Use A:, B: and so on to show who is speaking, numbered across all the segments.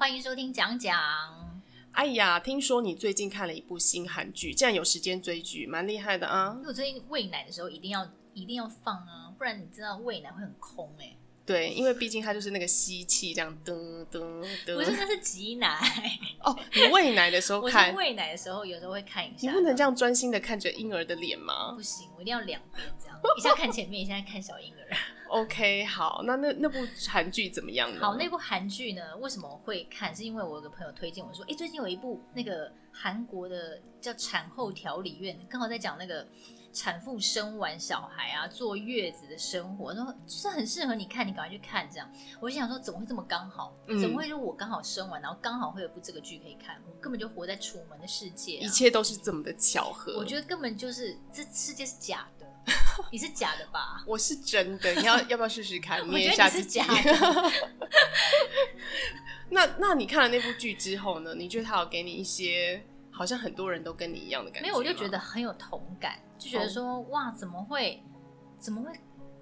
A: 欢迎收听讲讲。
B: 哎呀，听说你最近看了一部新韩剧，竟然有时间追剧，蛮厉害的啊
A: 因！为我最近喂奶的时候一定要一定要放啊，不然你知道喂奶会很空哎、
B: 对，因为毕竟它就是那个吸气这样噔噔
A: 不是
B: 噔。
A: 那是挤奶，
B: 哦，你喂奶的时候
A: 我
B: 看
A: 是，喂奶的时候有时候会看一下。
B: 你不能这样专心的看着婴儿的脸吗
A: 不行，我一定要两边这样，一下看前面，一下看小婴儿。
B: ？OK，好，那那那部韩剧怎么样呢？
A: 好，那部韩剧呢？为什么会看？是因为我有个朋友推荐我说，哎、最近有一部那个韩国的叫《产后调理院》，刚好在讲那个产妇生完小孩啊，坐月子的生活，然后就是很适合你看，你赶快去看这样。我就想说，怎么会这么刚好？
B: 嗯
A: 怎么会就我刚好生完，然后刚好会有部这个剧可以看？我根本就活在楚门的世界、啊，
B: 一切都是这么的巧合。
A: 我觉得根本就是这世界是假 的，你是假的吧？
B: 我是真的，啊你要要不要试试看？
A: 我
B: 捏
A: 觉
B: 一
A: 得
B: 下
A: 你
B: 自
A: 是
B: 己
A: 假。的。
B: 那那你看了那部剧之后呢？你觉得它有给你一些好像很多人都跟你一样的感
A: 没
B: 觉？哦
A: 有，我就觉得，很有同感，就觉得说、哇，怎么会，怎么会，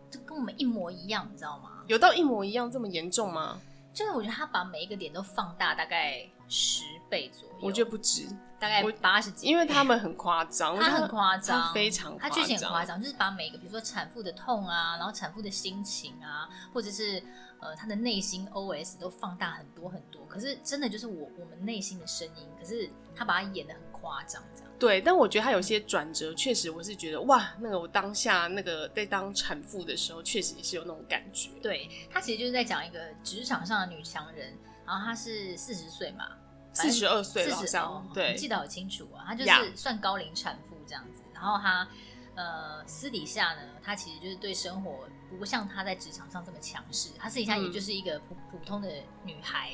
A: 就跟我们一模一样，你知道吗？
B: 有到一模一样这么严重吗？
A: 就是我觉得他把每一个点都放大大概十倍左右，
B: 我觉得不止，
A: 大概
B: 我
A: 八十几倍，
B: 因为他们很夸张，我 觉
A: 他
B: 得
A: 很夸
B: 他
A: 张，
B: 非常
A: 他
B: 夸
A: 剧情很夸
B: 张。
A: 张，就是把每一个，比如说产妇的痛啊，然后产妇的心情啊，或者是呃她的内心 OS 都放大很多很多。可是真的就是我我们内心的声音，可是他把它演的很夸张，这样。
B: 对，但我觉得他有些转折，确实我是觉得哇，那个我当下那个在当产妇的时候，确实也是有那种感觉。
A: 对他其实就是在讲一个职场上的女强人，然后她是四十岁嘛，
B: 四十二岁
A: 四
B: 了好
A: 十
B: 像
A: 哦，，
B: 对
A: 你，记得好清楚啊，她就
B: 呀
A: 是算高龄产妇这样子。然后她呃私底下呢，她其实就是对生活不像她在职场上这么强势，她私底下
B: 嗯
A: 也就是一个普、普通的女孩。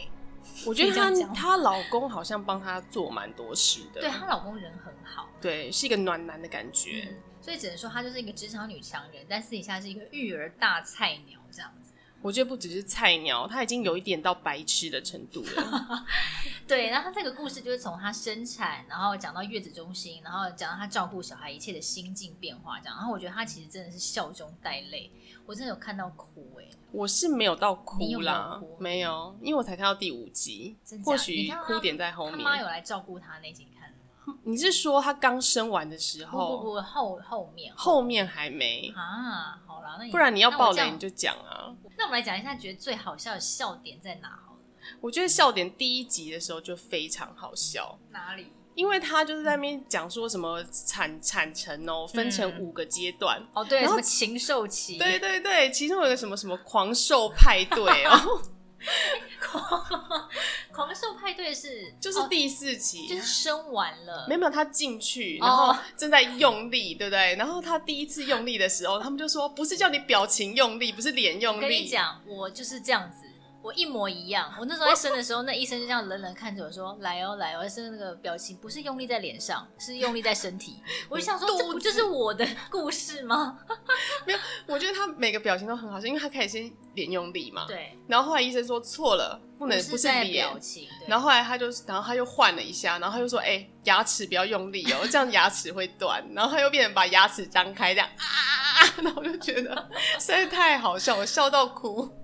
B: 我觉得
A: 可以这样
B: 她
A: 讲
B: 她老公好像帮她做蛮多事的，
A: 对她老公人很好，
B: 对，是一个暖男的感觉。
A: 嗯，所以只能说她就是一个职场女强人，但私底下是一个育儿大菜鸟这样子。
B: 我觉得不只是菜鸟，他已经有一点到白痴的程度 了。
A: 对，然后这个故事就是从她生产，然后讲到月子中心，然后讲到她照顾小孩一切的心境变化，这样。然后我觉得她其实真的是笑中带泪，我真的有看到哭哎、
B: 我是没有到
A: 你
B: 哭
A: 有没有
B: 啦，
A: 哭
B: 没有，因为我才看到第五集
A: 真，假
B: 或
A: 你
B: 许
A: 看到他
B: 哭点在后
A: 他妈
B: 面。
A: 有来照顾她那集你看了吗？
B: 你是说他刚生完的时
A: 不
B: 候，
A: 不不，后后面
B: 后面还没？
A: 啊，好啦，那
B: 不然你要
A: 那
B: 爆
A: 我
B: 雷
A: 这
B: 你就讲啊。
A: 样那我们来讲一下，觉得最好笑的笑点在哪好了？
B: 我觉得笑点第一集的时候就非常好笑，
A: 哪里？
B: 因为他就是在那边讲说什么产产程哦，分成
A: 嗯
B: 五个阶段，
A: 哦，对，
B: 然
A: 什
B: 后
A: 么禽兽期？
B: 对对对，其中有个什么什么狂兽派对 哦，
A: 狂狂兽派对是
B: 就是
A: 哦
B: 第四集，
A: 就是生完了，
B: 没有没有，他进去，
A: 哦
B: 然后正在用力，对不对？然后他第一次用力的时候，他们就说不是叫你表情用力，不是脸用
A: 我
B: 力。
A: 跟你讲，我就是这样子，我一模一样。我那时候在生的时候，那医生就这样冷冷看着我说：“来哦，来哦。”是那个表情，不是用力在脸上，是用力在身 体。我就想说，
B: 肚子
A: 这不就是我的故事吗？
B: 我觉得他每个表情都很好笑，因为他开始先脸用力嘛，。
A: 对，
B: 然后后来医生说错了， 不能
A: 是
B: 是
A: 在
B: 脸。
A: 表情。对
B: 然后后来他就，然后他又换了一下，然后他又说：“哎、牙齿不要用力哦，这 样牙齿会断。”然后他又变成把牙齿张开这样啊， 然后我就 觉得实在太好笑，我笑到哭。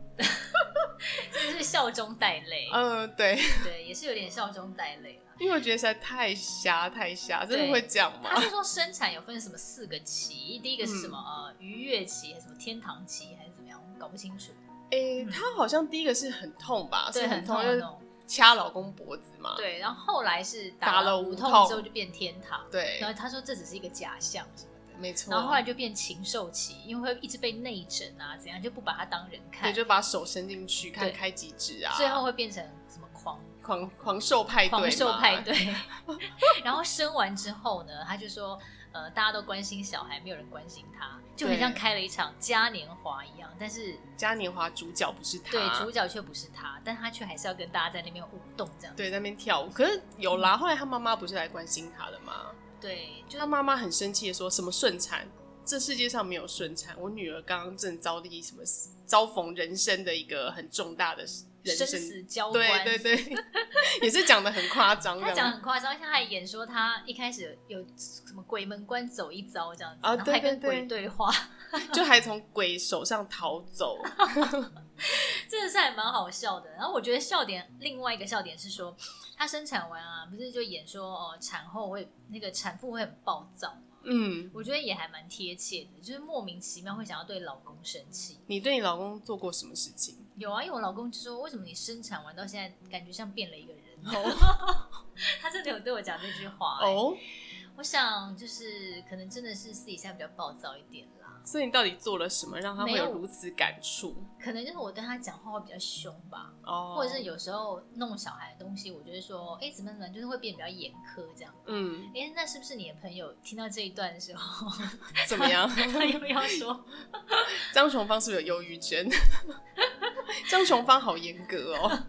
A: 真的是笑中带泪，
B: 嗯、对，
A: 对，也是有点笑中带泪啦。
B: 因为我觉得实在太瞎太瞎，真
A: 对
B: 的会这样吗
A: 他？是说生产有分什么四个期，第一个是什么、
B: 嗯
A: 呃愉悦期，还是什么天堂期，还是怎么样？我搞不清楚。
B: 诶、
A: 嗯
B: 她好像第一个是很痛吧，
A: 对，
B: 是
A: 很
B: 痛，
A: 痛
B: 就
A: 很
B: 是
A: 痛。
B: 掐老公脖子嘛。
A: 对，然后后来是
B: 打
A: 打
B: 了
A: 了
B: 无
A: 无
B: 痛
A: 痛之后就变天堂。
B: 对
A: 然后他说这只是一个假象什么的，
B: 没错。
A: 然后后来就变禽兽期，因为会一直被内诊啊，怎样就不把他当人看，
B: 对，就把手伸进去看
A: 对
B: 开几指啊。
A: 最后会变成什么狂
B: 狂狂兽派对嘛，
A: 狂兽派对。 然后生完之后呢，他就说，呃，大家都关心小孩，没有人关心他，就很
B: 对
A: 像开了一场嘉年华一样，但是
B: 嘉年华主角不是他，
A: 对主角却不是他，但他却还是要跟大家在那边舞动这样。
B: 对在那边跳舞。可是有啦，
A: 嗯
B: 后来他妈妈不是来关心他的吗？
A: 对，就
B: 他妈妈很生气的说：“什么顺产？这世界上没有顺产，我女儿刚刚正遭历什么遭逢人生的一个很重大的人
A: 生
B: 生。”
A: 死交关。
B: 对对对， 也是讲的很夸张这
A: 他
B: 样，
A: 讲得很夸张，像他还演说他一开始有什么鬼门关走一遭这样子，
B: 啊
A: 然后还
B: 对对
A: 跟鬼
B: 对
A: 对话，
B: 就还从鬼手上逃走。
A: 真的是还蛮好笑的。然后我觉得笑点另外一个笑点是说，她生产完啊，不是就演说哦，产后会那个产妇会很暴躁嘛，
B: 嗯，
A: 我觉得也还蛮贴切的，就是莫名其妙会想要对老公生气。
B: 你对你老公做过什么事情？
A: 有啊，因为我老公就说，为什么你生产完到现在感觉像变了一个人？哦 他真的有对我讲这句话、欸。
B: 哦，
A: 我想就是可能真的是私底下比较暴躁一点啦，
B: 所以你到底做了什么让他会
A: 没
B: 有
A: 有
B: 如此感触？
A: 可能就是我对他讲话会比较凶吧，
B: 哦，
A: 或者是有时候弄小孩的东西，我就会说，哎、怎么怎么样，就是会变得比较严苛这样。
B: 嗯，
A: 哎、那是不是你的朋友听到这一段的时候，
B: 怎么样？
A: 他又要说，
B: 张琼芳是不是有忧郁症？ 张琼芳好严格哦。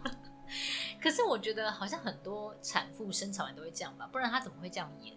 A: 可是我觉得好像很多产妇生产完都会这样吧，不然她怎么会这样演？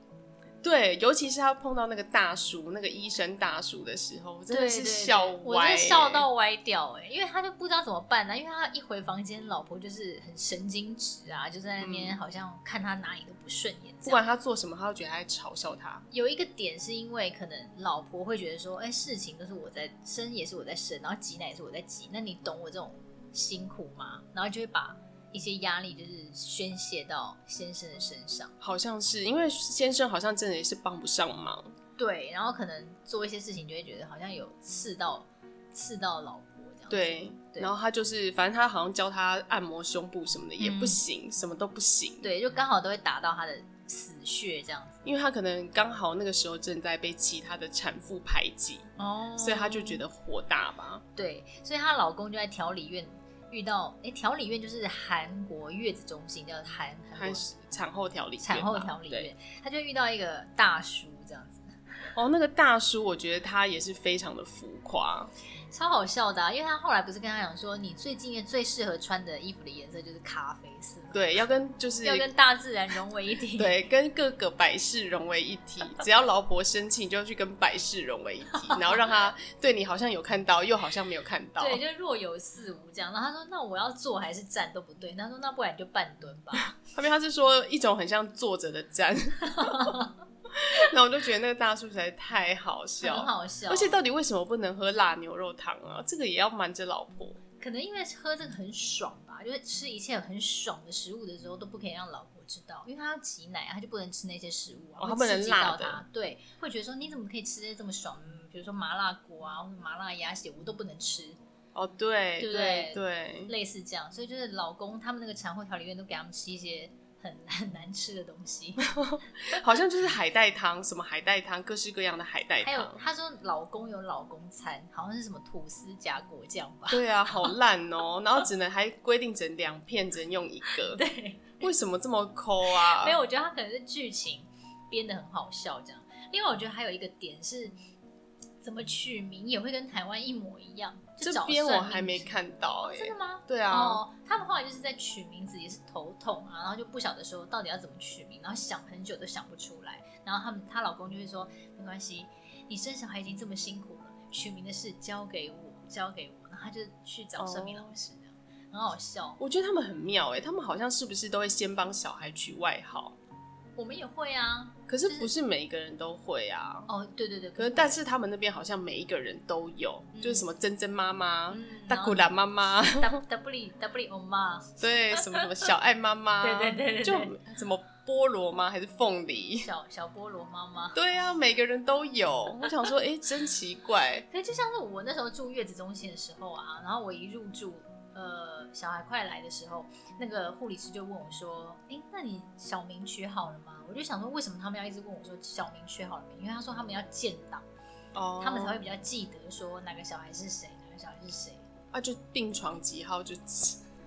B: 对，尤其是他碰到那个大叔，那个医生大叔的时候，真的是
A: 对对对
B: 笑
A: 我真
B: 歪、欸
A: 的笑到歪掉哎、因为他就不知道怎么办啊呢、因为他一回房间，老婆就是很神经质啊，就在那边好像看他哪里都不顺眼
B: 嗯不
A: 这样。
B: 管他做什么，他都觉得他在嘲笑他。
A: 有一个点是因为可能老婆会觉得说，哎、事情都是我在生，也是我在生，然后挤奶也是我在挤，那你懂我这种辛苦吗？然后就会把一些压力就是宣泄到先生的身上，
B: 好像是因为先生好像真的也是帮不上忙，
A: 对，然后可能做一些事情就会觉得好像有刺到刺到老婆这样子。
B: 对，
A: 对
B: 然后他就是反正他好像教他按摩胸部什么的也
A: 嗯
B: 不行，什么都不行，，
A: 对，就刚好都会打到他的死穴这样子。
B: 因为他可能刚好那个时候正在被其他的产妇排挤，
A: 哦
B: 所以他就觉
A: 得
B: 得火大吧，
A: 对，所以她老公就在调理院遇到，哎，调理院就是韩国月子中心，叫韩韩
B: 还
A: 国
B: 是产后调理院吧，
A: 产后调理
B: 对
A: 院，他就遇到一个大叔这样子，
B: 哦，那个大叔我觉得他也是非常的浮夸，
A: 超好笑的、啊，因为他后来不是跟他讲说，你最近最适合穿的衣服的颜色就是咖啡色，
B: 对，要跟就是
A: 要跟大自然融为一体。
B: 对，跟各个百事融为一体。只要劳勃生气，你就去跟百事融为一体，然后让他对你好像有看到，又好像没有看到。
A: 对，就若有似无这样。然后他说：“那我要坐还是站都不对。”他说：“那不然你就半蹲吧。”
B: 后面他是说一种很像坐着的 站，那我就觉得那个大叔实在太好笑。
A: 很好笑。
B: 而且到底为什么不能喝辣牛肉汤啊？这个也要瞒着老婆。
A: 可能因为喝这个很爽吧，就是吃一切很爽的食物的时候都不可以让老婆知道，因为她要挤奶啊，她就不能吃那些食物啊，
B: 哦
A: 会
B: 她不能
A: 刺激到
B: 辣的
A: 她对，会觉得说你怎么可以吃的这么爽？嗯比如说麻辣锅啊，或者麻辣鸭血，我都不能吃，
B: 哦，对
A: 对不
B: 对
A: 对
B: 对，
A: 类似这样。所以就是老公他们那个产后调理院都给他们吃一些很 很难吃的东西，
B: 啊好像就是海带汤，什么海带汤，各式各样的海带
A: 还有
B: 汤。
A: 他说老公有老公餐，好像是什么吐司夹果酱吧？
B: 对啊，好烂哦！然后只能还规定整两片，只能用一 个。
A: 对，
B: 为什么这么抠啊？
A: 没有，我觉得他可能是剧情编的很好笑这样。另外，我觉得还有一个点是，怎么取名也会跟台湾一模一样。就
B: 这
A: 找
B: 边我
A: 算命
B: 还没
A: 师
B: 看到哎、
A: 真的吗？
B: 对啊，
A: 哦，他们后来就是在取名字也是头痛啊，然后就不晓得说到底要怎么取名，然后想很久都想不出来。然后他们她老公就会说，没关系，你生小孩已经这么辛苦了，取名的事交给我，交给我。然后他就去找算命
B: 哦
A: 老师，这样、很好笑。
B: 我觉得他们很妙哎、他们好像是不是都会先帮小孩取外号？
A: 我们也会啊，
B: 可是
A: 就是
B: 不是每一个人都会啊？
A: 哦，对对对，
B: 可是但是他们那边好像每一个人都有，
A: 嗯
B: 就是什么珍珍妈妈、
A: 嗯，
B: 大
A: 然后
B: 古兰妈妈，
A: W W W 妈，
B: 对，什么什么小爱妈妈，
A: 对对对对对
B: 就什么菠萝吗？还是凤梨？
A: 小小菠萝妈妈。
B: 对啊，每个人都有。我想说，哎、真奇怪。
A: 可是就像是我那时候住月子中心的时候啊，然后我一入住，呃，小孩快来的时候，那个护理师就问我说：“哎、那你小名取好了吗？”我就想说，为什么他们要一直问我说小名取好了没？因为他说他们要建档，
B: 哦，
A: 他们才会比较记得说哪个小孩是谁，哪个小孩是谁。
B: 啊，就病床几号就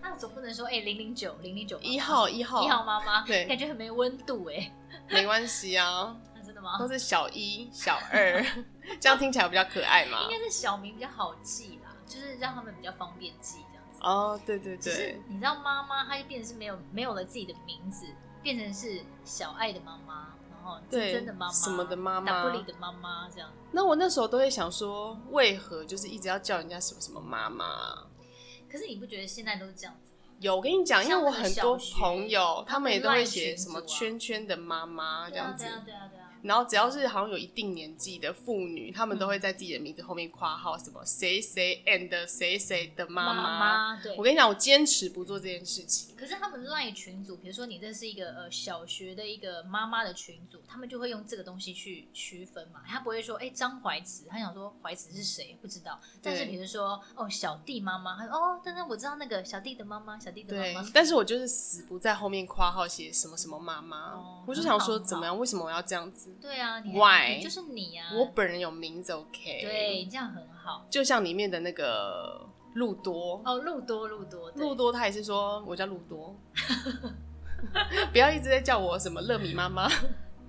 A: 那总不能说哎零零九零零九
B: 一号一号
A: 一号妈妈，
B: 对
A: 感觉很没温度哎、
B: 没关系啊，
A: 那真的吗？
B: 都是小一、小二，这样听起来比较可爱嘛
A: 应。该是小名比较好记啦，就是让他们比较方便记这样子。
B: 哦，对对
A: 只是
B: 对，
A: 你知道妈妈，她就变成是没有没有了自己的名字，变成是小爱的妈妈，然后
B: 对
A: 真真的妈妈，
B: 什么的妈妈
A: 打不理的妈妈这样。
B: 那我那时候都会想说，为何就是一直要叫人家什么什么妈妈？
A: 可是你不觉得现在都是这样子？
B: 有，我跟你讲，因为
A: 像
B: 我
A: 那个
B: 很
A: 小
B: 多
A: 学
B: 朋友，
A: 他
B: 他们
A: 们
B: 也都会
A: 乱
B: 写
A: 群
B: 什么
A: 组啊
B: 圈圈的妈妈这
A: 对啊
B: 样，子
A: 对。啊，对啊，对啊。
B: 然后只要是好像有一定年纪的妇女，她
A: 嗯
B: 们都会在自己的名字后面括号什么谁谁 and 谁谁的妈妈。
A: 妈，对
B: 我。跟你讲，我坚持不做这件事情。
A: 可是他们赖群组，比如说你认识一个呃小学的一个妈妈的群组，他们就会用这个东西去区分嘛。他不会说哎张怀慈，他想说怀慈是谁不知道。但是
B: 对
A: 比如说哦小弟妈妈，他说哦，但是我知道那个小弟的妈妈，小弟的
B: 对
A: 妈妈，。
B: 但是我就是死不在后面括号写什么什么妈妈，
A: 哦
B: 我就想说
A: 很好
B: 怎么样？为什么我要这样子？
A: 对啊，你
B: Why？
A: 你就是你啊，
B: 我本人有名字，OK？，
A: 对你这样很好
B: 就像里面的那个路多，
A: 哦。路多路多对
B: 路多他也是说我叫路多， 不要一直在叫我什么乐米妈妈，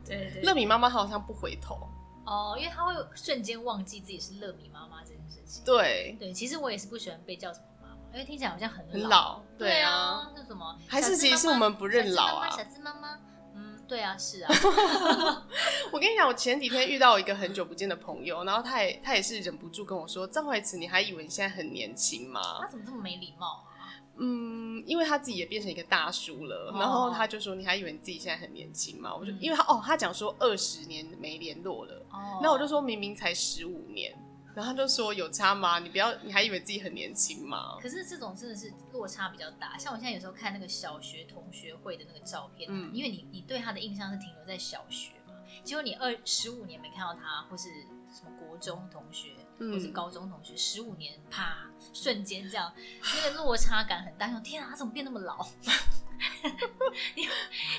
A: 对 对
B: 乐米妈妈她好像不回头。
A: 哦，因为他会瞬间忘记自己是乐米妈妈这件事情。
B: 对，
A: 对，其实我也是不喜欢被叫什么妈妈，因为听起来好像很
B: 很
A: 老。
B: 老，
A: 对
B: 啊，，
A: 那什么？
B: 还是
A: 小资
B: 其实是我们不认老啊
A: 小资妈妈，小资妈妈嗯，对啊，是 啊，
B: 我跟你讲，我前几天遇到一个很久不见的朋友，然后他也他也是忍不住跟我说：“张怀慈，你还以为你现在很年轻吗
A: 他怎么这么没礼貌啊？？”
B: 嗯，因为他自己也变成一个大叔了，
A: 哦
B: 然后他就说：“你还以为你自己现在很年轻吗？”我就
A: 嗯
B: 因为他哦，他讲说二十年没联络了，
A: 哦，
B: 那我就，说明明才十五年，然后他就说有差吗？你不要，你还以为自己很年轻吗？
A: 可是这种真的是落差比较大。像我现在有时候看那个小学同学会的那个照片，
B: 嗯
A: 因为你你对他的印象是停留在小学嘛，结果你二十五年没看到他，或是什么国中同学，
B: 嗯
A: 或是高中同学，十五年啪，瞬间这样，那个落差感很大。想天啊，他怎么变那么老？ 你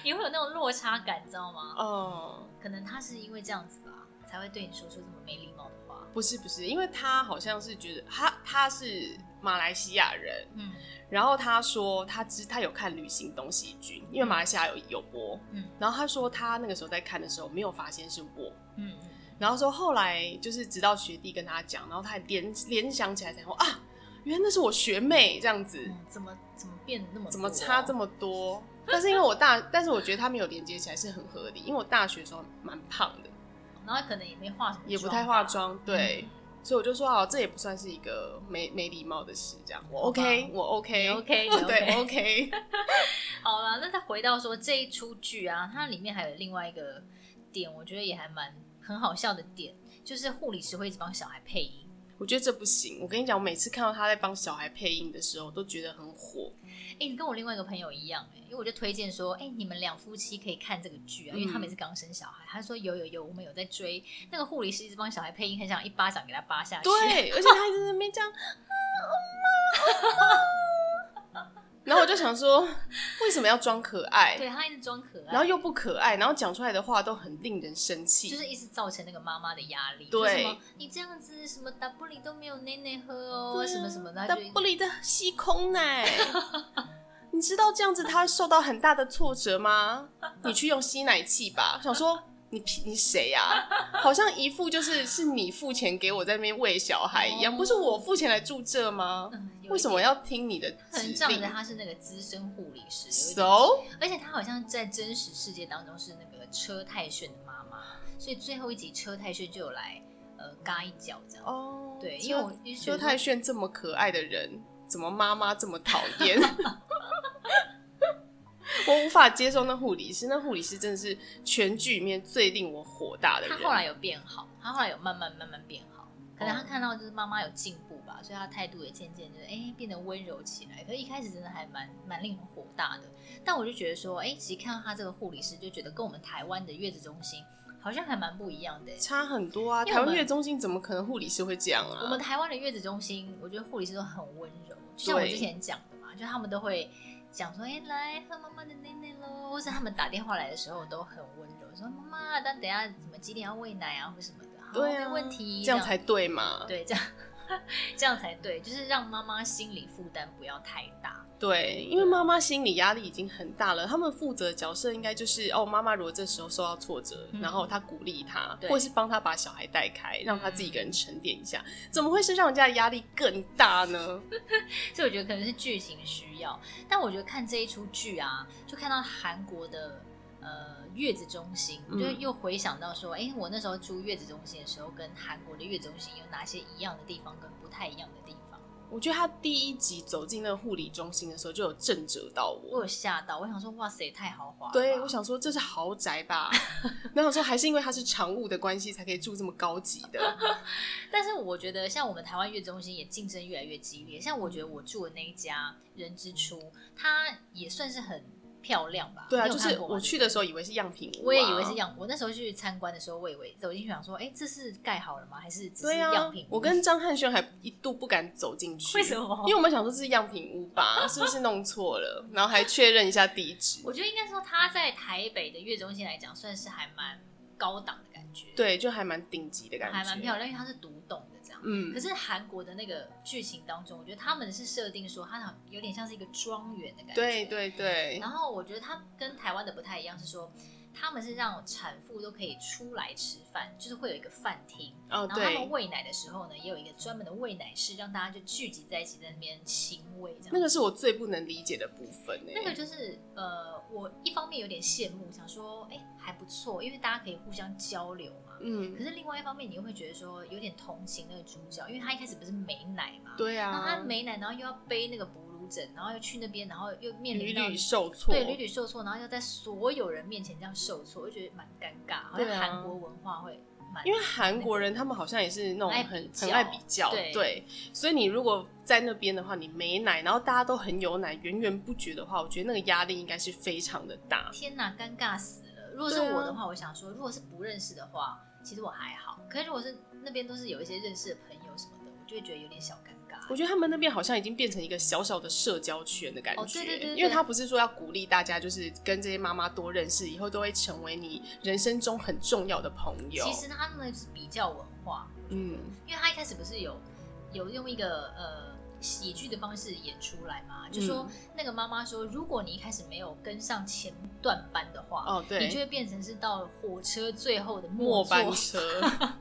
A: 你会有那种落差感，你知道吗？
B: 哦、
A: 可能他是因为这样子吧，才会对你说出这么没礼貌的话。
B: 不是不是，因为他好像是觉得他他是马来西亚人，
A: 嗯
B: 然后他说他知他有看《旅行东西军》，因为马来西亚有有播，
A: 嗯
B: 然后他说他那个时候在看的时候没有发现是我，
A: 嗯嗯，
B: 然后说后来就是直到学弟跟他讲，然后他还联联想起来才说啊，原来那是我学妹这样子。
A: 嗯怎么怎么变那么哦
B: 怎么差这
A: 么
B: 么多？但是因为我大，但是我觉得他没有连接起来是很合理，因为我大学的时候蛮胖的，
A: 然后可能也没化什么，
B: 也不太化，妆，
A: 啊
B: 对，
A: 嗯
B: 所以我就说哦，这也不算是一个没没礼貌的事，这样我
A: 好吧
B: OK，我 OK，,
A: 你 OK，你
B: 对
A: OK
B: 我 OK，
A: 好啦，那再回到说这一出剧啊，它里面还有另外一个点，我觉得也还蛮很好笑的点，就是护理师会一直帮小孩配音。
B: 我觉得这不行。我跟你讲，我每次看到他在帮小孩配音的时候，我都觉得很火。
A: 哎、你跟我另外一个朋友一样、哎，因为我就推荐说，哎、你们两夫妻可以看这个剧啊，因为
B: 嗯
A: 他们也是刚生小孩。他说有有有，我们有在追。那个护理师一直帮小孩配音，很想一巴掌给他扒下去。
B: 对，而且他一直在那边这样，啊妈妈 然后我就想说，为什么要装可 爱？
A: 对他啊一直装可爱，
B: 然后又不可爱，然后讲出来的话都很令人生气。
A: 就是一直造成那个妈妈的压力。
B: 对
A: 就什么你这样子什么打不里都没有奶奶喝哦，
B: 对啊
A: 什么什么的，他
B: 但
A: 就一
B: 不离的吸空奶。 你知道这样子他受到很大的挫折吗？你去用吸奶器吧。想说你屁你谁呀、好像一副就是是你付钱给我在那边喂小孩一样，
A: 哦
B: 不是我付钱来住这吗？
A: 嗯，有一点
B: 为什么？要听你的
A: 可能
B: 指
A: 仗着
B: 令
A: 他是那个资深护理师有一点
B: ？So
A: 而且他好像在真实世界当中是那个车太炫的妈妈，所以最后一集车太炫就有来呃嘎一脚这样。
B: 哦，
A: 对，因为我一直觉
B: 邱
A: 得
B: 泰炫这么可爱的人，怎么妈妈这么讨厌？ 我无法接受那护理师，那护理师真的是全剧里面最令我火大的
A: 他
B: 人。哦
A: 后来有变好，他后来有慢慢慢慢变好，可能他看到就是妈妈有进步吧，所以他态度也渐渐就是哎、变得温柔起来。可是一开始真的还蛮蛮令人火大的，但我就觉得说，哎、其实看到他这个护理师，就觉得跟我们台湾的月子中心好像还蛮不一样的、欸
B: 差很多啊！
A: 因为
B: 台
A: 我们
B: 湾月中心怎么可能护理师会这样
A: 我
B: 啊
A: 们？台湾的月子中心，我觉得护理师都很温柔，就像我
B: 对
A: 之前讲的嘛，就他们都会讲说：“哎、来喝妈妈的奶奶喽。”或是他们打电话来的时候都很温柔，说：“妈妈，但等一下怎么几点要喂奶啊，或什么的。”好
B: 对啊
A: 没问题，
B: 这样才对嘛？
A: 对，这样 这样才对，就是让妈妈心理负担不要太大。
B: 对，
A: 啊
B: 因为妈妈心理压力已经很大了，他们负责的角色应该就是哦，妈妈如果这时候受到挫折，
A: 嗯
B: 然后她鼓励她，
A: 对
B: 或是帮她把小孩带开，让她自己一个人沉淀一下，
A: 嗯
B: 怎么会是让人家的压力更大呢？
A: 所以我觉得可能是剧情需要，但我觉得看这一出剧啊，就看到韩国的呃月子中心，
B: 嗯
A: 就又回想到说，哎、我那时候住月子中心的时候，跟韩国的月子中心有哪些一样的地方，跟不太一样的地方。
B: 我觉得他第一集走进那个护理中心的时候就有震折到
A: 我
B: 我。
A: 有吓到，我想说哇塞，太豪华了吧。
B: 对，我想说这是豪宅 吧？然后想说还是因为他是常务的关系才可以住这么高级的。
A: 但是我觉得，像我们台湾月中心也竞争越来越激烈。像我觉得我住的那一家人之初，它也算是很漂亮吧。
B: 嗯对啊，
A: 你有
B: 就
A: 看
B: 是
A: 过吗
B: 我去的时候以为是样品屋、啊，
A: 我也以为是。样。我那时候去参观的时候，我以为走进去想说，哎、这是盖好了吗？还是只是
B: 对啊
A: 样品，屋？
B: 我跟张汉轩还一度不敢走进去，
A: 为什么
B: 因为我们想说这是样品屋吧， 是不是弄错了？然后还确认一下地址。
A: 我觉得应该说，它在台北的月中心来讲，算是还蛮高档的感觉，，
B: 对，就还蛮顶级的感觉，
A: 还蛮漂。亮，因为它是独栋的这样。
B: 嗯
A: 可，是韩国的那个剧情当中，我觉得他们是设定说，它好像有点像是一个庄园的感觉。
B: 对对对，
A: 然后我觉得它跟台湾的不太一样，是说他们是让产妇都可以出来吃饭，就是会有一个饭厅。然后
B: 哦
A: 他们
B: 对，
A: 喂奶的时候呢，也有一个专门的喂奶室，让大家就聚集在一起在那边亲喂这样。
B: 那个是我最不能理解的部分欸诶、
A: 那个就是呃，我一方面有点羡慕，想说哎、还不错，因为大家可以互相交流嘛。可
B: 嗯，
A: 是另外一方面，你又会觉得说有点同情那个主角，因为他一开始不是没奶嘛，
B: 对
A: 然后他
B: 啊，
A: 没奶，然后又要背那个哺乳枕，然后又去那边，然后又面
B: 屡
A: 临到
B: 屡受挫，
A: 对，屡屡受挫，然后要在所有人面前这样受挫，我就觉得蛮尴尬。好像
B: 对啊
A: 韩国文化会蛮，
B: 因为韩国人他们好像也是那种
A: 爱比
B: 很
A: 较
B: 很爱比较，
A: 对
B: 对，所以你如果在那边的话，你没奶，然后大家都很有奶，源源不绝的话，我觉得那个压力应该是非常的大。
A: 天哪，尴尬死了。如果是
B: 对啊
A: 我的话，我想说，如果是不认识的话，其实我还好。可是如果是那边都是有一些认识的朋友什么的，我就会觉得有点小尴
B: 我
A: 尬。
B: 觉得他们那边好像已经变成一个小小的社交圈的感觉，
A: 哦对对对对
B: 因为他不是说要鼓励大家，就是跟这些妈妈多认识，以后都会成为你人生中很重要的朋友。
A: 其实他们是比较文化，
B: 嗯，
A: 因为他一开始不是有有用一个呃喜剧的方式演出来嘛，就
B: 嗯
A: 说那个妈妈说，如果你一开始没有跟上前段班的话，
B: 哦，
A: 你就
B: 对，
A: 会变成是到火车最后的末
B: 末
A: 座
B: 班车，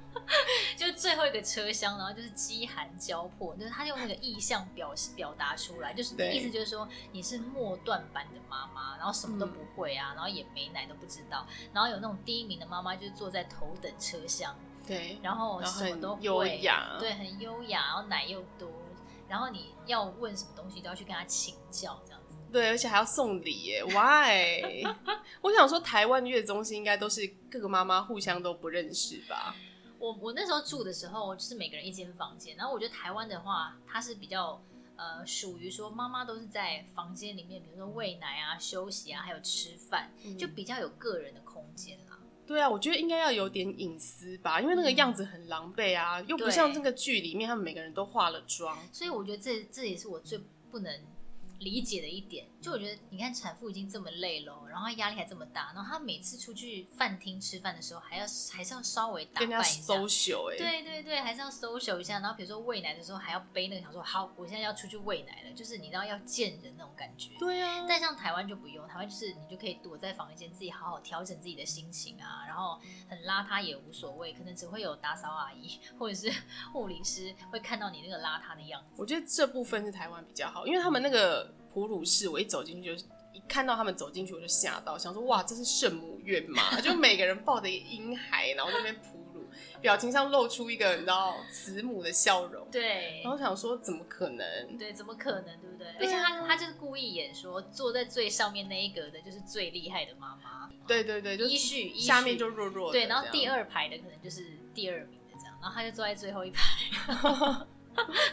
A: 就是最后一个车厢，然后就是饥寒交迫，就是他用那个意象表示表达出来，就是
B: 对
A: 意思就是说你是末段班的妈妈，然后什么都
B: 嗯
A: 不会啊，然后也没奶都不知道，然后有那种第一名的妈妈就是坐在头等车厢，
B: 对，
A: 然后
B: 然后
A: 什么都
B: 很
A: 会
B: 优雅，
A: 对，很优雅，然后奶又多，然后你要问什么东西都要去跟他请教，这样子。
B: 对，而且还要送礼耶，Why？我想说，台湾月中心应该都是各个妈妈互相都不认识吧？
A: 我我那时候住的时候，就是每个人一间房间。然后我觉得台湾的话，它是比较呃属于说妈妈都是在房间里面，比如说喂奶啊、休息啊，还有吃饭，就
B: 嗯
A: 比较有个人的空间啦。
B: 对啊，我觉得应该要有点隐私吧，因为那个样子很狼狈啊，又不
A: 嗯对
B: 像这个剧里面他们每个人都化了妆。
A: 所以我觉得这这也是我最不能理解的一点。就我觉得你看产妇已经这么累了，然后压力还这么大，然后她每次出去饭厅吃饭的时候，还要还是要稍微打
B: 跟
A: 扮
B: 人家
A: 一下。
B: social 哎、
A: 对对对，还是要 social 一下，然后比如说喂奶的时候还要背那个，想说好，我现在要出去喂奶了，就是你知道要见人那种感觉。
B: 对啊，
A: 但像台湾就不用，台湾就是你就可以躲在房间，自己好好调整自己的心情啊，然后很邋遢也无所谓，可能只会有打扫阿姨或者是护理师会看到你那个邋遢的样子。
B: 我觉得这部分是台湾比较好，因为他们那个普鲁士，我一走进去就是。一看到他们走进去，我就吓到，想说哇，这是圣母院 嘛？就每个人抱着一个婴孩，然后在那边哺乳，表情上露出一个你知道慈母的笑容。
A: 对
B: 然后想说怎么可能？
A: 对，怎么可能，对不对？而
B: 哦对
A: 且
B: 啊
A: 他他就是故意演说坐在最上面那一格的就是最厉害的妈妈，
B: 对对对，就
A: 依序依序
B: 下面就弱弱的这
A: 对，
B: 样。
A: 然后第二排的可能就是第二名的这样，然后他就坐在最后一排。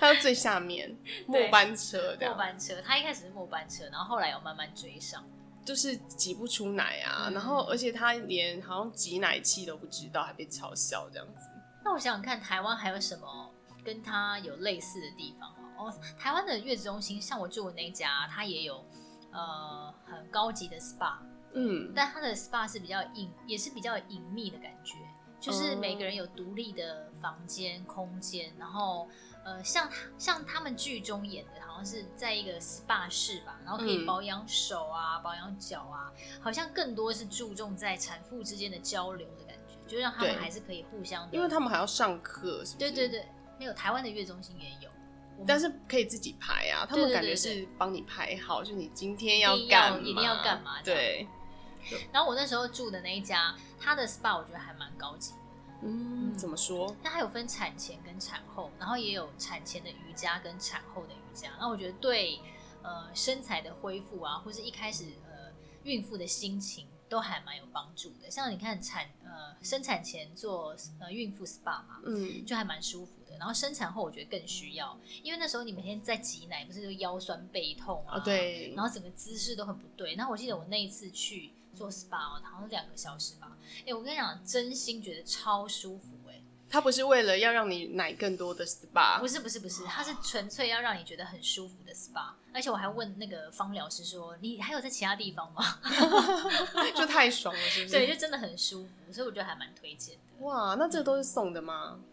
B: 还有最下面末班车这
A: 末
B: 样，
A: 班车，他一开始是末班车，然后后来有慢慢追上。
B: 就是挤不出奶啊。
A: 嗯
B: 然后而且他连好像挤奶器都不知道，还被嘲笑这样子。
A: 那我想想看，台湾还有什么跟他有类似的地方哦？哦，台湾的月子中心，像我住的那一家，它也有呃很高级的 SPA，
B: 嗯，
A: 但它的 SPA 是比较隐，也是比较隐秘的感觉，
B: 哦
A: 就是每个人有独立的房间空间，然后呃，像像他们剧中演的，好像是在一个 SPA 室吧，然后可以
B: 嗯
A: 保养手啊、保养脚啊，好像更多是注重在产妇之间的交流的感觉，就让他们
B: 对
A: 还是可以互相的，
B: 因为他们还要上课，是不
A: 对
B: 是？
A: 对。对，没有台湾的月中心也有，我们
B: 但是可以自己排啊，他们
A: 对对
B: 感觉
A: 对
B: 是帮你排好，就你今天
A: 一定要
B: 干嘛，
A: 一定要干嘛这
B: 对，
A: 然后我那时候住的那一家，它的 SPA 我觉得还蛮高级的，
B: 嗯，怎么说？
A: 那它有分产前跟产后，然后也有产前的瑜伽跟产后的瑜伽。那我觉得对呃身材的恢复啊，或是一开始呃孕妇的心情都还蛮有帮助的。像你看产呃生产前做呃孕妇 SPA 嘛，
B: 嗯，
A: 就还蛮舒服的。然后生产后我觉得更需要，因为那时候你每天在挤奶，不是就腰酸背痛啊，
B: 啊，，对，
A: 然后整个姿势都很不对。然后我记得我那一次去做 SPA，哦好像两个小时吧，哎、我跟你讲，真心觉得超舒服哎、
B: 它不是为了要让你奶更多的 SPA，
A: 不是不是不是，它是纯粹要让你觉得很舒服的 SPA，而且我还问那个芳疗师说，你还有在其他地方吗？
B: 就太爽了，是不是？
A: 对，就真的很舒服，所以我觉得还蛮推荐的。
B: 哇，那这个都是送的吗？嗯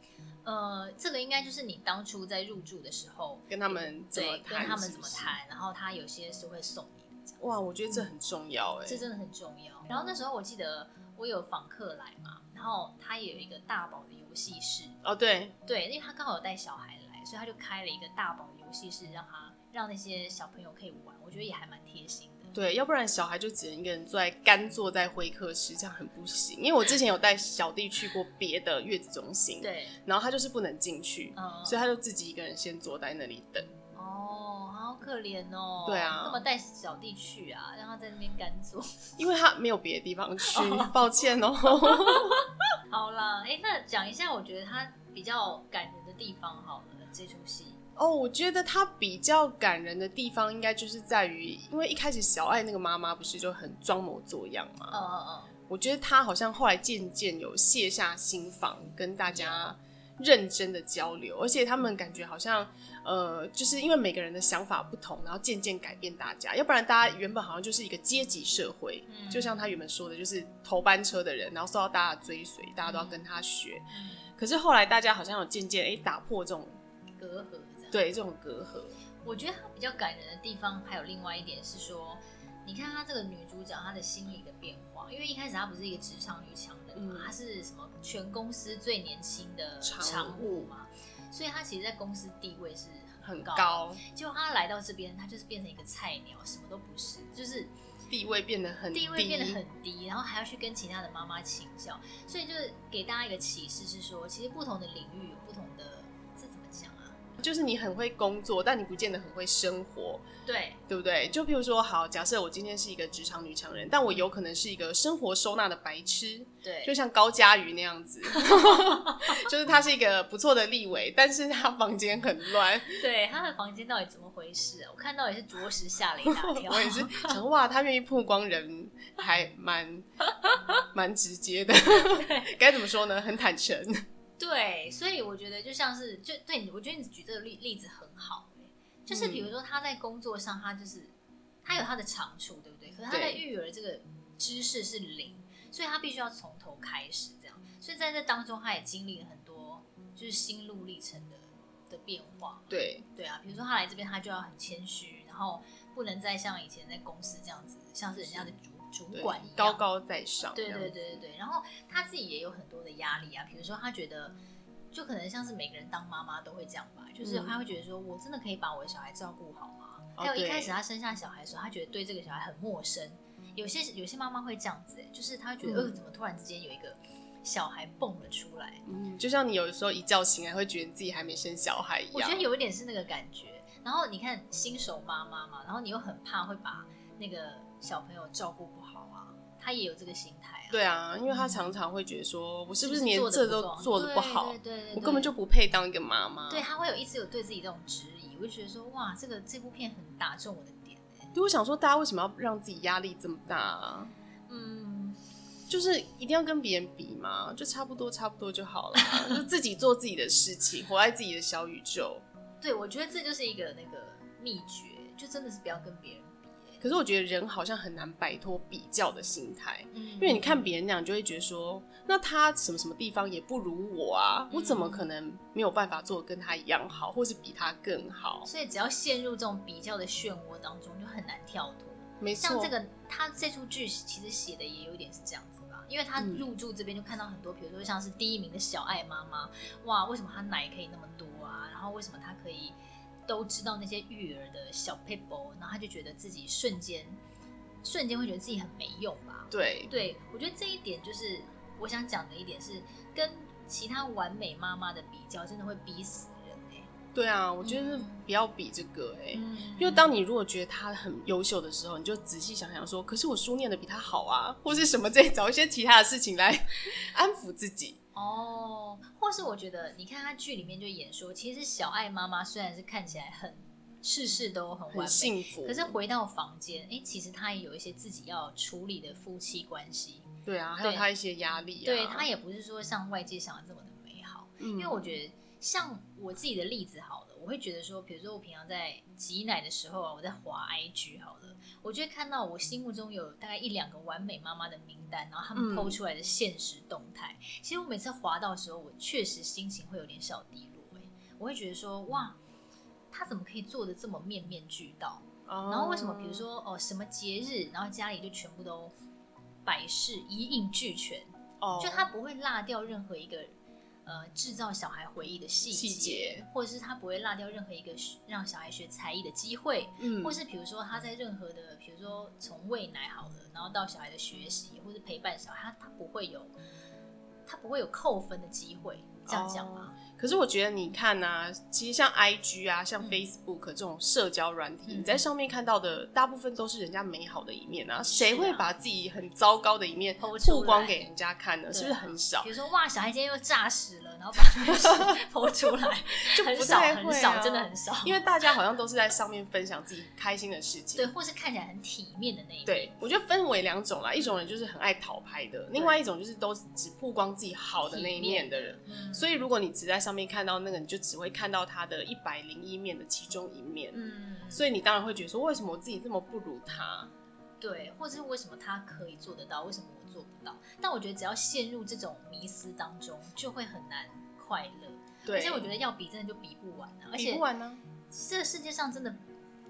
A: 呃，这个应该就是你当初在入住的时候，
B: 跟他们怎么
A: 对，跟
B: 谈？
A: 他们怎么
B: 是不是？
A: 谈，然后他有些是会送你的这样。
B: 哇，我觉得这很重要哎、
A: 这真的很重要。然后那时候我记得我有访客来嘛，然后他也有一个大宝的游戏室，
B: 哦，对，
A: 对，因为他刚好有带小孩来，所以他就开了一个大宝的游戏室，让他让那些小朋友可以玩，我觉得也还蛮贴心的。
B: 对，要不然小孩就只能一个人坐在干坐在会客室，这样很不行。因为我之前有带小弟去过别的月子中心，，
A: 对，
B: 然后他就是不能进去，
A: 嗯，
B: 所以他就自己一个人先坐在那里等。
A: 哦，好可怜哦。
B: 对啊
A: 干嘛带小弟去啊？让他在那边干坐。
B: 因为他没有别的地方去，抱歉哦。
A: 好啦，哎，那讲一下，我觉得他比较感人的地方好了，这出戏。
B: 哦，我觉得他比较感人的地方，应该就是在于，因为一开始小爱那个妈妈不是就很装模作样
A: 嗯
B: 嘛，
A: 嗯
B: 我觉得她好像后来渐渐有卸下心防，跟大家认真的交流，而且他们感觉好像，呃，就是因为每个人的想法不同，然后渐渐改变大家，要不然大家原本好像就是一个阶级社会，
A: 嗯
B: 就像他原本说的，就是头班车的人，然后受到大家的追随，大家都要跟他学。
A: 嗯，
B: 可是后来大家好像有渐渐哎打破这种
A: 隔阂这样。
B: 对这种隔阂，
A: 我觉得她比较感人的地方还有另外一点是说，你看她这个女主角她的心理的变化，因为一开始她不是一个职场女强人嘛，
B: 嗯
A: 她是什么全公司最年轻的
B: 常务
A: 常务嘛，所以她其实，在公司地位是
B: 很
A: 高。
B: 高，
A: 结果她来到这边，她就是变成一个菜鸟，什么都不是，就是
B: 地位变得很低，
A: 地位变得很低，然后还要去跟其他的妈妈请教，所以就是给大家一个启示是说，其实不同的领域有不同的，这怎么讲啊？
B: 就是你很会工作，但你不见得很会生活，
A: 对，
B: 对不对？就譬如说，好，假设我今天是一个职场女强人，但我有可能是一个生活收纳的白痴，
A: 对，
B: 就像高佳瑜那样 子， 就是她是一个不错的立委，但是她房间很乱。
A: 对他的房间到底怎么回事、啊？我看到也是着实吓了一大跳。
B: 我也是想说，哇，她愿意曝光人，还蛮蛮直接的，该怎么说呢？很坦诚。
A: 对，
B: 嗯
A: 所以我觉得就像是就对你，我觉得你举这个例例子很好、欸就是比如
B: 嗯
A: 说他在工作上，他就是他有他的长处，对不对？可是他在
B: 对
A: 育儿这个知识是零，所以他必须要从头开始这样。所以在这当中，他也经历了很多就是心路历程的的变化。
B: 对，
A: 对啊，比如说他来这边，他就要很谦虚，然后不能再像以前在公司这样子，像是人家的主主
B: 对
A: 管一样，
B: 高高在上，
A: 对
B: 这样
A: 对对对对，然后他自己也有很多的压力啊，比如说他觉得，就可能像是每个人当妈妈都会这样吧，就是
B: 嗯
A: 他会觉得说，我真的可以把我的小孩照顾好吗？
B: 哦
A: 还有一
B: 对
A: 开始他生下小孩的时候，他觉得对这个小孩很陌生，有些有些妈妈会这样子、欸，就是他会觉得，
B: 嗯
A: 呃，怎么突然之间有一个小孩蹦了出来？
B: 嗯，就像你有时候一觉醒来会觉得你自己还没生小孩一
A: 我觉
B: 样
A: 得。有一点是那个感觉。然后你看新手妈妈嘛，然后你又很怕会把那个小朋友照顾不好啊，他也有这个心态啊。
B: 对啊，因为他常常会觉得说，我是不是连
A: 做得
B: 这
A: 不
B: 都
A: 够啊
B: 做的不
A: 对
B: 好
A: 对，对对
B: 我根本
A: 对
B: 就不配当一个妈妈。
A: 对，他会有一直有对自己这种质疑，我就觉得说，哇，这个这部片很打中我的点、欸、
B: 就我想说，大家为什么要让自己压力这么大啊？
A: 嗯，
B: 就是一定要跟别人比嘛，就差不多差不多就好了啊， 就自己做自己的事情，活在自己的小宇宙。
A: 对，我觉得这就是一个那个秘诀，就真的是不要跟别人比、欸。
B: 可是我觉得人好像很难摆脱比较的心态，
A: 嗯，
B: 因为你看别人那样，你就会觉得说，那他什么什么地方也不如我啊，我怎么
A: 嗯
B: 可能没有办法做得跟他一样好，或是比他更好？
A: 所以只要陷入这种比较的漩涡当中，就很难跳脱。
B: 没错，
A: 像这个，他这出剧其实写的也有点是这样子吧，因为他
B: 嗯
A: 入住这边就看到很多，比如说像是第一名的小爱妈妈，哇，为什么她奶可以那么多啊？然后为什么她可以都知道那些育儿的小 people，然后她就觉得自己瞬间瞬间会觉得自己很没用吧？
B: 对
A: 对，我觉得这一点就是我想讲的一点是跟其他完美妈妈的比较，真的会逼死人哎、
B: 对啊，我觉得不要比这个哎、
A: 嗯
B: 因为当你如果觉得他很优秀的时候，你就仔细想想说，可是我书念的比他好啊，或是什么这找一些其他的事情来 安抚自己。
A: 哦，或是我觉得，你看他剧里面就演说，其实小爱妈妈虽然是看起来很事事都很
B: 很
A: 完美，
B: 幸福，
A: 可是回到房间，哎、其实她也有一些自己要处理的夫妻关系，
B: 对啊，还有
A: 对
B: 他一些压力啊，
A: 对她也不是说像外界想的这么的美好。
B: 嗯，
A: 因
B: 因
A: 为我觉得像我自己的例子好了，我会觉得说，比如说我平常在挤奶的时候啊，我在滑 IG 好了，我就会看到我心目中有大概一两个完美妈妈的名单，然后他们
B: 嗯
A: PO 出来的现实动态。其实我每次滑到的时候，我确实心情会有点小低落、欸，我会觉得说，哇，她怎么可以做的这么面面俱到？
B: 哦，
A: 然后为什么比如说哦什么节日，然后家里就全部都百事一应俱全，
B: 哦，
A: 就他不会落掉任何一个呃制造小孩回忆的细
B: 细节，
A: 或者是他不会落掉任何一个学让小孩学才艺的机会，
B: 嗯，
A: 或是比如说他在任何的，比如说从喂奶好了，然后到小孩的学习或是陪伴小孩，他他不会有他不会有扣分的机会，这样讲吗？
B: 可是我觉得你看啊，其实像 I G 啊，像
A: 嗯
B: Facebook 这种社交软体，
A: 嗯
B: 你在上面看到的大部分都是人家美好的一面啊，谁会
A: 是啊
B: 把自己很糟糕的一面
A: Po 出来
B: 曝光给人家看
A: 对
B: 呢？
A: 啊
B: 是不是很少
A: 比？如说哇，小孩今天又炸屎了，然后 把这件事剖出来，
B: 就
A: 很
B: 不
A: 少
B: 太
A: 很
B: 会
A: 少，
B: 啊
A: 真的很少。
B: 因为大家好像都是在上面分享自己开心的事情。
A: 对，或是看起来很体面的那一面，
B: 对，我觉得分为两种啦，一种人就是很爱讨拍的，另外一种就是都只曝光自己好的那一面的人。
A: 嗯
B: 所以如果你只在上面看到那个，你就只会看到他的一百零一面的其中一面。
A: 嗯，
B: 所以你当然会觉得说，为什么我自己这么不如他？
A: 对，或者是为什么他可以做得到，为什么我做不到？但我觉得只要陷入这种迷思当中，就会很难快乐。而
B: 对，
A: 且我觉得要比真的就比不完啊，而
B: 比
A: 且
B: 不完呢、
A: 这个世界上真的，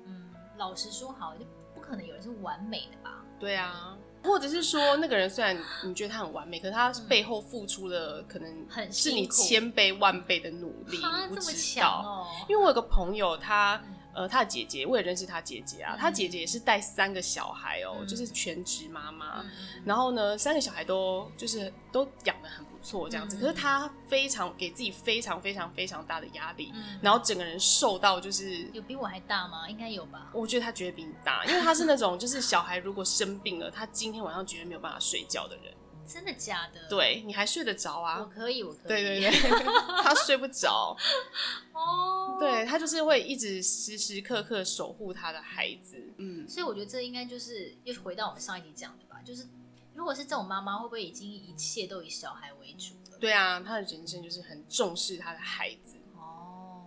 A: 嗯，老实说好，就不可能有人是完美的吧？
B: 对啊，或者是说，那个人虽然你觉得他很完美，可是他背后付出了可能
A: 嗯很
B: 是你
A: 辛苦
B: 千倍万倍的努力，
A: 他
B: 你
A: 这
B: 不
A: 么
B: 知
A: 强
B: 道。
A: 哦，
B: 因为我有个朋友，他
A: 嗯
B: 呃，他的姐姐，我也认识他姐姐啊，
A: 嗯
B: 他姐姐也是带三个小孩哦，
A: 嗯
B: 就是全职妈妈。
A: 嗯
B: 然后呢，三个小孩都就是都养的很不错这样子，
A: 嗯
B: 可是他非常给自己非常非常非常大的压力，
A: 嗯
B: 然后整个人受到就是
A: 有比我还大吗？应该有吧？
B: 我觉得他绝对比你大，因为他是那种就是小孩如果生病了，他今天晚上绝对没有办法睡觉的人。
A: 真的假的？，
B: 对，你还睡得着
A: 我
B: 啊？
A: 可以，我可以。
B: 对对，对， 他睡不着，
A: 哦，。
B: 对他就是会一直时时刻刻守护他的孩子。嗯，
A: 所以我觉得这应该就是又回到我们上一集讲的吧，就是如果是这种妈妈，会不会已经一切都以小孩为主了？
B: 对啊，他的人生就是很重视他的孩子。
A: 哦，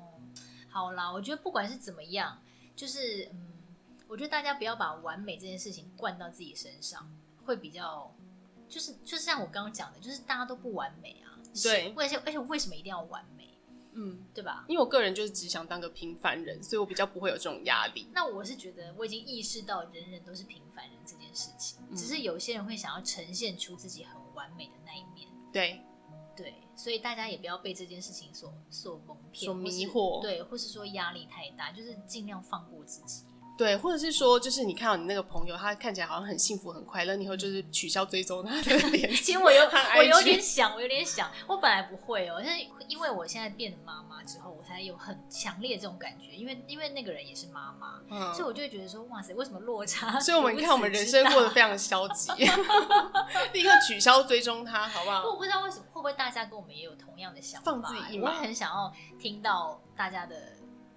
A: 好啦，我觉得不管是怎么样，就是嗯，我觉得大家不要把完美这件事情灌到自己身上，会比较就是就是像我刚刚讲的，就是大家都不完美啊，
B: 对
A: 而且而且为什么一定要完美，
B: 嗯，
A: 对吧？
B: 因为我个人就是只想当个平凡人，所以我比较不会有这种压力。
A: 那我是觉得我已经意识到人人都是平凡人这件事情，
B: 嗯
A: 只是有些人会想要呈现出自己很完美的那一面。
B: 对，
A: 对，所以大家也不要被这件事情所所蒙骗、
B: 所
A: 或是
B: 迷惑
A: 对，或是说压力太大，就是尽量放过自 己。
B: 对，或者是说，就是你看到你那个朋友，他看起来好像很幸福、很快乐，你以后就是取消追踪他 的脸。
A: 其实我有
B: 和
A: 我
B: IG
A: 有点想，我有点想，我本来不会哦，但是因为我现在变了妈妈之后，我才有很强烈这种感觉，因为因为那个人也是妈妈，
B: 嗯
A: 所以我就会觉得说，哇塞，为什么落差？
B: 所以我们看，我们人生过得非常消极， 立刻取消追踪他，好不好？
A: 我不知道为什么，会不会大家跟我们也有同样的想法？
B: 哦放自己一
A: 我
B: 马
A: 很想要听到大家的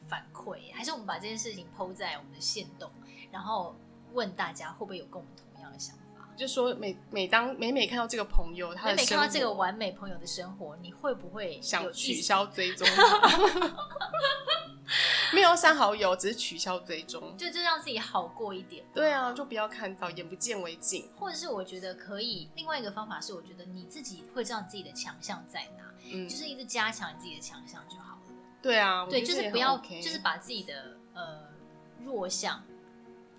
A: 反馈，还是我们把这件事情抛在我们的线动，然后问大家会不会有跟我们同样的想法？
B: 就说每每当每每看到这个朋友，他
A: 每
B: 的
A: 每看到这个
B: 生活
A: 完美朋友的生活，你会不会有
B: 想
A: 意
B: 取
A: 思？
B: 消追 踪他，没有删好友，只是取消追踪。
A: 就就让自己好过一点。
B: 对啊，。就不要看到，眼不见为净。
A: 或者是我觉得可以，另外一个方法是，我觉得你自己会知道你自己的强项在哪，
B: 嗯
A: 就，是一直加强你自己的强项就好了。
B: 对啊，我
A: 对，就
B: 觉得这
A: 是
B: 也
A: 不
B: 很
A: 要
B: OK
A: 就是把自己的呃弱项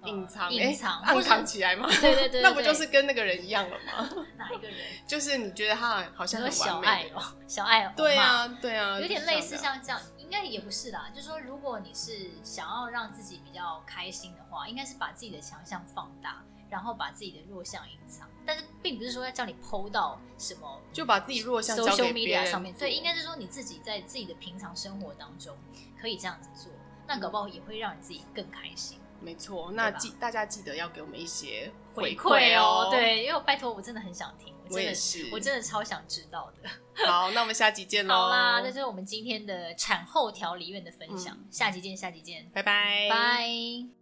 A: 呃
B: 隐藏
A: 隐藏，
B: 哎
A: 或
B: 暗
A: 是
B: 藏起来嘛。
A: 对对对对
B: 那不就是跟那个人一样了吗？
A: 哪一个人？
B: 就是你觉得他好
A: 比
B: 像
A: 如说
B: 很
A: 小
B: 完
A: 爱
B: 美，
A: 哦，小爱哦，
B: 对，啊，对啊，
A: 有点类似
B: 就是这样
A: 像这样，应该也不是啦。就是说，如果你是想要让自己比较开心的话，应该是把自己的强项放大，然后把自己的弱项隐藏。但是并不是说要叫你剖到什么
B: 啊就把自己弱项交
A: social
B: 给别
A: media
B: 人
A: 上面，对，应该是说你自己在自己的平常生活当中可以这样子做，那搞不好也会让你自己更开心。
B: 没错。那
A: 对吧
B: 记大家记得要给我们一些
A: 回
B: 馈
A: 馈
B: 哦，，
A: 对，因为我拜托我真的很想听，我
B: 我
A: 真
B: 也
A: 的
B: 是，
A: 我真的超想知道的。
B: 好，那我们下集见喽，
A: 好啦，这就是
B: 嗯
A: 我们今天的产后调理院的分享，下集见，下集见，
B: 拜拜，
A: 拜。